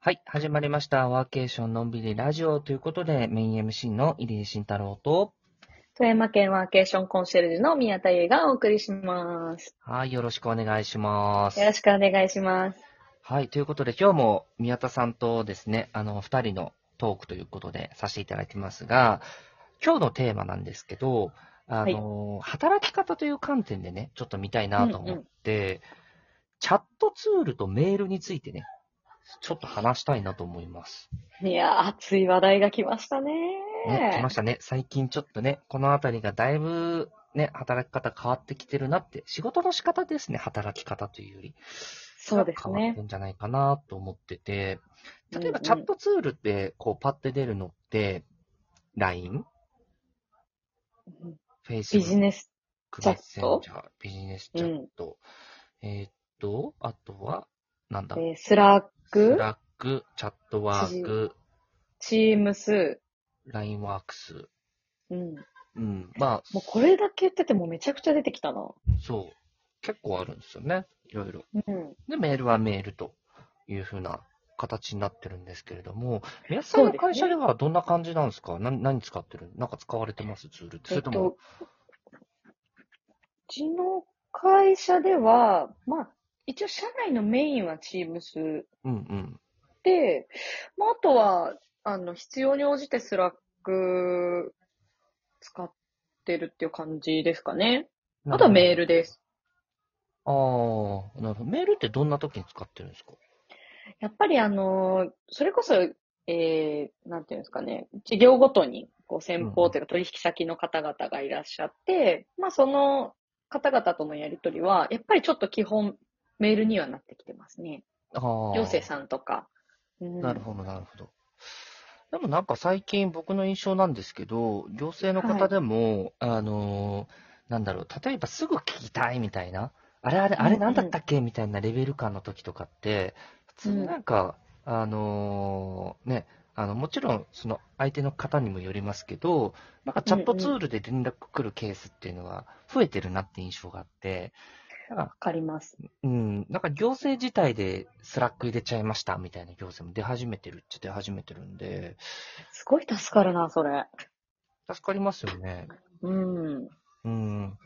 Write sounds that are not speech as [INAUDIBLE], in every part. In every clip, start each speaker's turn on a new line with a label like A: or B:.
A: はい、始まりました。ワーケーションのんびりラジオということで、メイン MC の入江慎太郎と、
B: 富山県ワーケーションコンシェルジュの宮田優がお送りします。
A: はい、よろしくお願いします。
B: よろしくお願いします。
A: はい、ということで今日も宮田さんとですね、あの、二人のトークということでさせていただいてますが、今日のテーマなんですけど、あの、はい、働き方という観点でね、ちょっと見たいなと思って、うんうん、チャットツールとメールについてね、ちょっと話したいなと思います。
B: いや、熱い話題が来ましたね。
A: ね、来ましたね。最近ちょっとね、このあたりがだいぶね、働き方変わってきてるなって、仕事の仕方ですね、働き方というより。
B: そうですね。
A: 変わってんじゃないかなと思ってて、例えばチャットツールって、こう、パッて出るのって、LINE?
B: フェイスビジネスチャット
A: ビジネスチャット。うん、えー、っと、あとは、なんだ、
B: えー、スラック
A: スラック、チャットワーク、
B: チームス、
A: ラインワークス。
B: うん。
A: うん。まあ。
B: もうこれだけ言っててもめちゃくちゃ出てきたな。
A: そう。結構あるんですよね。いろいろ。
B: うん。
A: で、メールはメールというふうな形になってるんですけれども、皆さんの会社ではどんな感じなんですかです、ね、何何使ってるなんか使われてますツールって。それとも。
B: えっと、うちの会社では、まあ、一応社内のメインは Teams。
A: うんうん。
B: で、まあ、あとは、あの、必要に応じてスラック使ってるっていう感じですかね。あとはメールです。
A: ああ、なるほど。メールってどんな時に使ってるんですか
B: やっぱりあの、それこそ、ええー、なんていうんですかね、事業ごとに、こう、先方というか取引先の方々がいらっしゃって、うん、まあ、その方々とのやりとりは、やっぱりちょっと基本、メールにはなってきてますね。
A: ああ。
B: 行政さんとか。
A: うん、なるほど、なるほど。でもなんか最近僕の印象なんですけど、行政の方でも、はい、あのー、なんだろう、例えばすぐ聞きたいみたいな、あれあれ、あれなんだったっけ、うんうん、みたいなレベル感の時とかって、普通なんか、うん、あのー、ね、あの、もちろん、その相手の方にもよりますけど、なんかチャットツールで連絡来るケースっていうのは増えてるなって印象があって、
B: わかります。
A: うん。なんか行政自体でスラック入れちゃいましたみたいな行政も出始めてるっちゃ出始めてるんで。
B: すごい助かるな、それ。
A: 助かりますよね。
B: うん。
A: うん。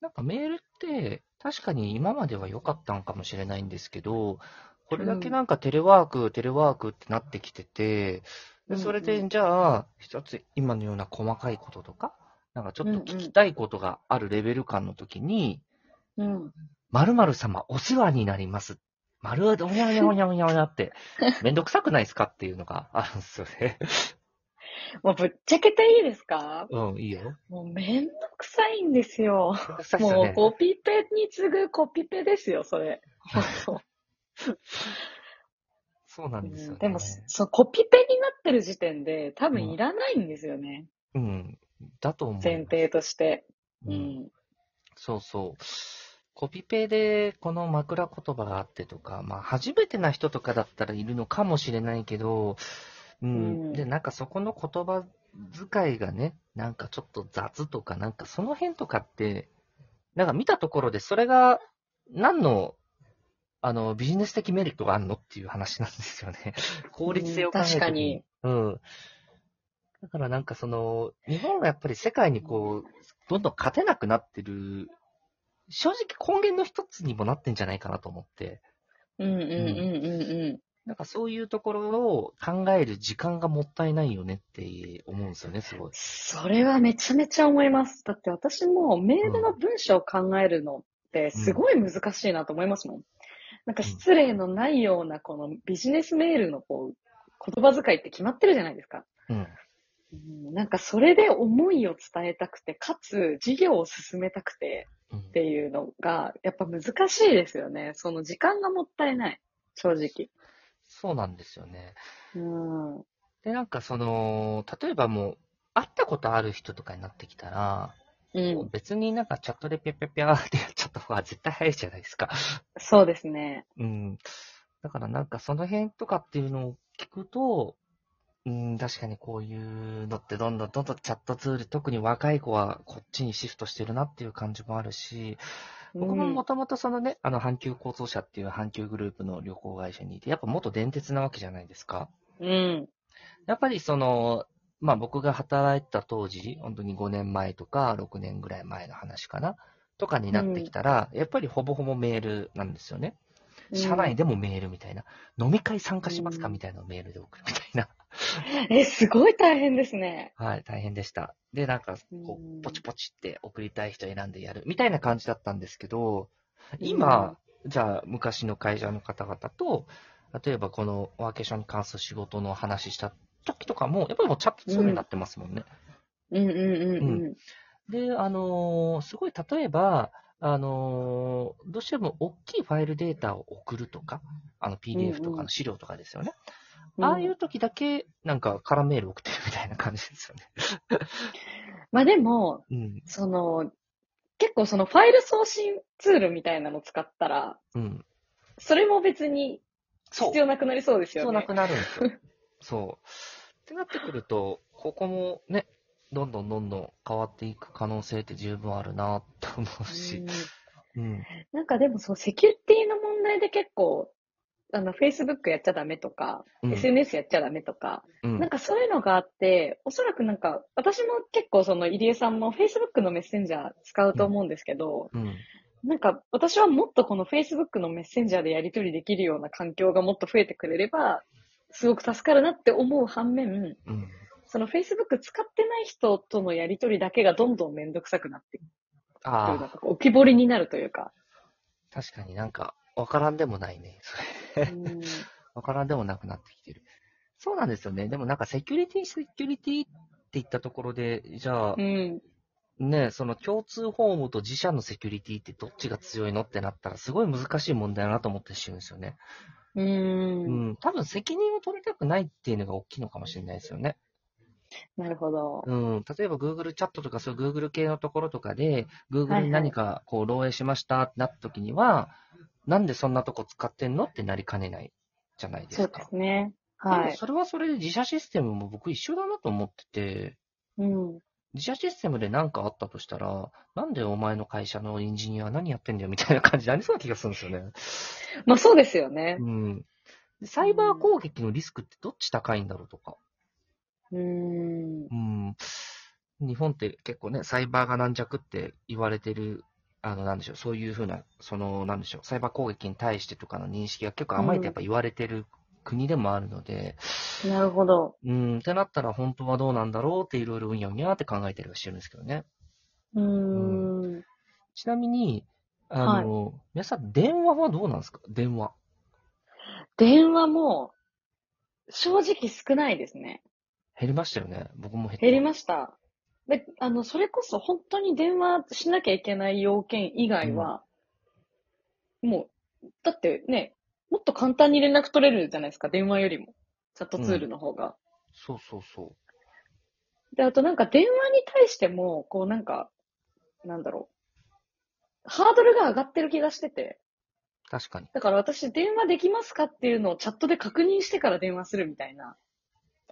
A: なんかメールって、確かに今までは良かったんかもしれないんですけど、これだけなんかテレワーク、うん、テレワークってなってきてて、でそれでじゃあ、一つ今のような細かいこととか、なんかちょっと聞きたいことがあるレベル感の時に、
B: うん。
A: 〇〇様お世話になります。まるおにゃおにゃおにゃおにゃおにゃって、めんどくさくないですかっていうのがあるんですよね。
B: もうぶっちゃけていいですか
A: うん、いいよ。
B: もうめんどくさいんですよ。
A: すね、
B: もうコピペに次ぐコピペですよ、それ。
A: そうなんですよ、ね、
B: でも、そコピペになってる時点で多分いらないんですよね。
A: うん。うん、だと思う。
B: 前提として。
A: うん、うんそうそう。コピペでこの枕言葉があってとか、まあ初めてな人とかだったらいるのかもしれないけど、うん。うん、で、なんかそこの言葉遣いがね、なんかちょっと雑とか、なんかその辺とかって、なんか見たところでそれが何の、あの、ビジネス的メリットがあるのっていう話なんですよね。効率性を考えて、
B: 確かに。
A: うん。だからなんかその、日本がやっぱり世界にこう、どんどん勝てなくなってる、正直根源の一つにもなってんじゃないかなと思って。
B: うんうんうんうんうん。
A: なんかそういうところを考える時間がもったいないよねって思うんですよね、すごい。
B: それはめちゃめちゃ思います。だって私もメールの文章を考えるのってすごい難しいなと思いますもん。うん、なんか失礼のないようなこのビジネスメールのこう、言葉遣いって決まってるじゃないですか。
A: うん。
B: なんかそれで思いを伝えたくて、かつ事業を進めたくてっていうのが、やっぱ難しいですよね。その時間がもったいない。正直。
A: そうなんですよね。
B: うん。
A: で、なんかその、例えばもう、会ったことある人とかになってきたら、
B: うん、
A: 別になんかチャットでぴゃぴゃぴゃってやっちゃった方が絶対早いじゃないですか。
B: そうですね。
A: うん。だからなんかその辺とかっていうのを聞くと、うん、確かにこういうのってどんどんどんどんチャットツール、特に若い子はこっちにシフトしてるなっていう感じもあるし、僕ももともとそのね、あの、阪急交通社っていう阪急グループの旅行会社にいて、やっぱ元電鉄なわけじゃないですか。
B: うん。
A: やっぱりその、まあ僕が働いてた当時、本当に5年前とか6年ぐらい前の話かな、とかになってきたら、やっぱりほぼほぼメールなんですよね。社内
B: で。
A: でもメールみたいな。飲み会参加しますか
B: うん
A: みたいなのをメールで送るみたいな。 [LAUGHS]
B: え、すごい大変ですね。
A: はい、大変でした。で、なんか、こ
B: うん
A: う、ポチポチって送りたい人選んでやるみたいな感じだったんですけど、今、じゃあ、昔の会社の方々と、例えばこのワーケーションに関する仕事の話した時とかも、やっぱりもうチャットツールになってますもんね。
B: うんうんうんうん。
A: で、あのーすごい、例えば、あのーどうしても大きいファイルデータを送るとか、あの PDF とかの資料とかですよね。ああいう時だけ、なんか、空メール送ってるみたいな感じですよね。
B: まあでも、
A: うん。
B: その、結構そのファイル送信ツールみたいなの使ったら、
A: うん。
B: それも別に
A: そう
B: 必要なくなりそうです
A: 必要
B: よ
A: な
B: ね
A: く。なるんですよ。そう。ってなってくると、ここもね、どんどんどんどん変わっていく可能性って十分あるなと思うし。うん。
B: うんなんかでもそう、セキュリティの問題で結構、あの、Facebook やっちゃダメとか、
A: うん
B: SNS やっちゃダメとか、
A: うん
B: なんかそういうのがあって、おそらくなんか、私も結構その入江さんも Facebook のメッセンジャー使うと思うんですけど、
A: うん。
B: なんか私はもっとこの Facebook のメッセンジャーでやり取りできるような環境がもっと増えてくれれば、すごく助かるなって思う反面、
A: うん。
B: その Facebook 使ってない人とのやり取りだけがどんどんめんどくさくなってくる。なん
A: ああ、
B: かこう浮き彫りになるというか。
A: 確かになんか、わからんでもないね。 [LAUGHS] それ
B: うん
A: わからんでもなくなってきてる。そうなんですよね。でもなんかセキュリティ、セキュリティって言ったところで、じゃあ
B: う、ん。
A: ね、その共通ホームと自社のセキュリティってどっちが強いのってなったら、すごい難しい問題だなと思ってしまうんですよね。
B: う。
A: うんん、多分責任を取りたくないっていうのが大きいのかもしれないですよね。
B: なるほど。
A: うん、例えば Google チャットとかそういう Google 系のところとかで、Google
B: はい
A: に何かこう漏洩しましたってなった時には、なんでそんなとこ使ってんのってなりかねないじゃないで
B: そ
A: す
B: う
A: か
B: で。すね。
A: で
B: は
A: も
B: い。
A: それはそれで自社システムも僕一緒だなと思ってて、
B: うん。
A: 自社システムで何かあったとしたら、なんでお前の会社のエンジニアは何やってんだよみたいな感じになりそうな気がするんですよね。
B: まあそうですよね。
A: [LAUGHS] うん。でサイバー攻撃のリスクってどっち高いんだろうとか。
B: うん。
A: うん。日本って結構ね、サイバーが軟弱って言われてる、あの、なんでしょう、そういうふうな、その、なんでしょう、サイバー攻撃に対してとかの認識が結構甘いとやっぱ言われてる国でもあるので、
B: なるほど。
A: うん、ってなったら本当はどうなんだろうっていろいろうにゃうにゃって考えたりはしてるんですけどね。
B: うーん。
A: ちなみに、あの、皆さん電話はどうなんですか電話。
B: 電話も、正直少ないですね。
A: 減りましたよね。僕も減った
B: 減りました。で、あの、それこそ本当に電話しなきゃいけない要件以外は、もう、だってね、もっと簡単に連絡取れるじゃないですか、電話よりも。チャットツールの方が。
A: そうそうそ
B: で、あとなんか電話に対しても、こうなんか、なんだろう。ハードルが上がってる気がしてて。
A: う。確かに。
B: だから私、電話できますかっていうのをチャットで確認してから電話するみたいな。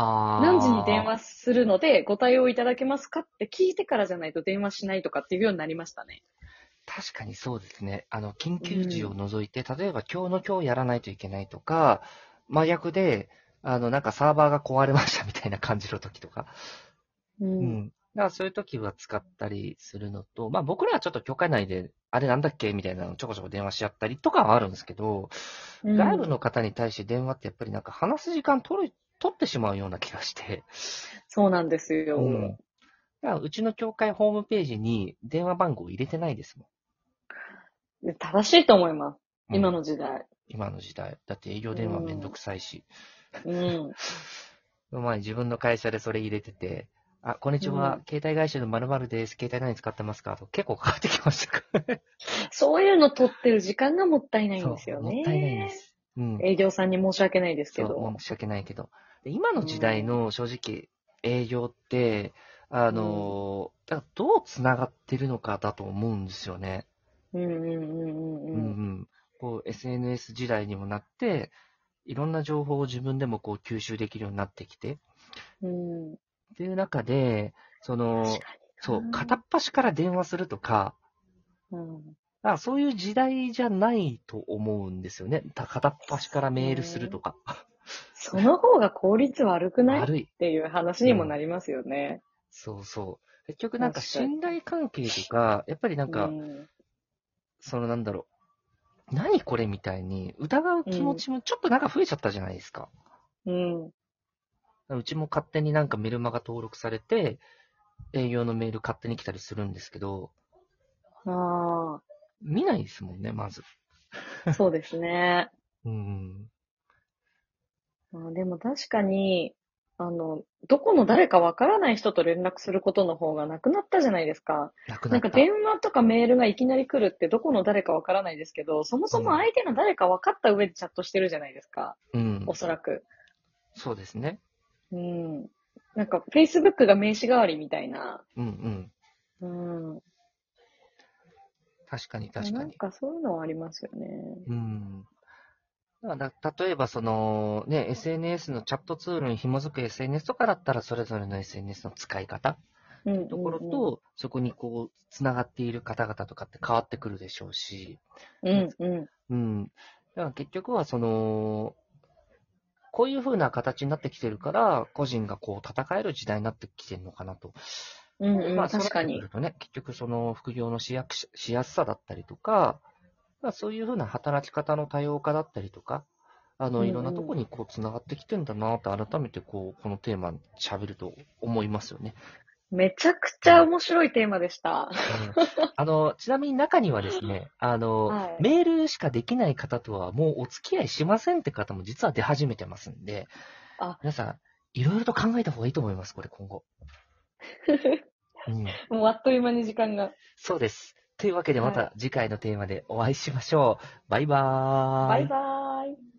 A: あー
B: 何時に電話するので、ご対応いただけますかって聞いてからじゃないと電話しないとかっていうようになりましたね。
A: 確かにそうですね。あの、緊急時を除いて、例えば今日の今日やらないといけないとか、真逆で、あの、なんかサーバーが壊れましたみたいな感じの時とか。
B: う。
A: うんん。だからそういう時は使ったりするのと、まあ僕らはちょっと許可内で、あれなんだっけみたいなのをちょこちょこ電話し合ったりとかはあるんですけど、外部の方に対して電話ってやっぱりなんか話す時間取る、取ってしまうような気がして。
B: そうなんですよ。
A: うん。だからうちの協会ホームページに電話番号入れてないですも
B: 正しいと思います。
A: ん。
B: 今の時代。
A: 今の時代。だって営業電話めんどくさいし。
B: うん。
A: この前自分の会社でそれ入れてて、あ、こんにちは、
B: うん
A: 携帯会社の〇〇です。携帯何使ってますかと結構かかってきましたからね。
B: そういうの取ってる時間がもったいないんですよ
A: そう
B: ね。
A: もったいないんで。す。うん。
B: 営業さんに申し訳ないですけ
A: そう
B: ど。、
A: 申し訳ないけど。で今の時代の正直、営業って、あのー、だからどう繋がってるのかだと思うんですよね。
B: うんうんうんう
A: うんうん
B: うん。
A: ん、こう SNS 時代にもなって、いろんな情報を自分でもこう吸収できるようになってきて、
B: うん、
A: っていう中で、その
B: 確、かに。
A: そう、片っ端から電話するとか、
B: うん。
A: あそういう時代じゃないと思うんですよね。た片っ端からメールするとか。
B: その方が効率悪くないっ
A: 悪い。
B: ていう話にもなりますよね。
A: そうそう。結局なんか
B: 確かに
A: 信頼関係とか、やっぱりなんか、
B: うん
A: そのなんだろう。何これみたいに疑う気持ちもちょっとなんか増えちゃったじゃないですか。
B: うん。
A: うちも勝手になんかメルマが登録されて、営業のメール勝手に来たりするんですけど、
B: あ
A: 見ないですもんね、まず。
B: あ、そうですね。
A: うん。
B: あーでも確かに、あの、どこの誰かわからない人と連絡することの方がなくなったじゃないですか。
A: なく
B: な
A: なんっ
B: か
A: た。
B: 電話とかメールがいきなり来るってどこの誰かわからないですけど、そもそも相手が誰か分かった上でチャットしてるじゃないですか。
A: うん
B: お。そらく。
A: そうですね。
B: うん。なんか Facebook が名刺代わりみたいな。
A: うんうん。
B: うん。
A: 確かに確か
B: なん
A: に。
B: かそういうのはありますよね。
A: うん。だから例えば、その、ね、SNS のチャットツールに紐づく SNS とかだったら、それぞれの SNS の使い方
B: うんうんうん。
A: ところと、そこにこう、つながっている方々とかって変わってくるでしょうし、
B: うんう
A: うん。だから結局は、その、こういう風な形になってきてるから、個人がこう、戦える時代になってきてるのかなと。
B: ん。うんうん。
A: そうな
B: 確か
A: って
B: に
A: く。るとね、結局その副業のしやくししやすさだったりとか、まあ、そういうふうな働き方の多様化だったりとか、あ
B: うん
A: の、
B: うん
A: いろんなとこにこう、つながってきてんだなって改めてこう、このテーマ喋ると思いますよ
B: [LAUGHS]
A: ね。
B: めちゃくちゃ面白いテーマでした。
A: うんあの、ちなみに中にはですね、あの、
B: はい
A: メールしかできない方とはもうお付き合いしませんって方も実は出始めてますんで、
B: あ
A: 皆さん、いろいろと考えた方がいいと思います、これ今後。うん
B: [LAUGHS] もうあっという間に時間が。
A: そうです。というわけでま
B: は
A: た次回のテーマでお会いしましょう。バイバーイ。
B: バイバーイ。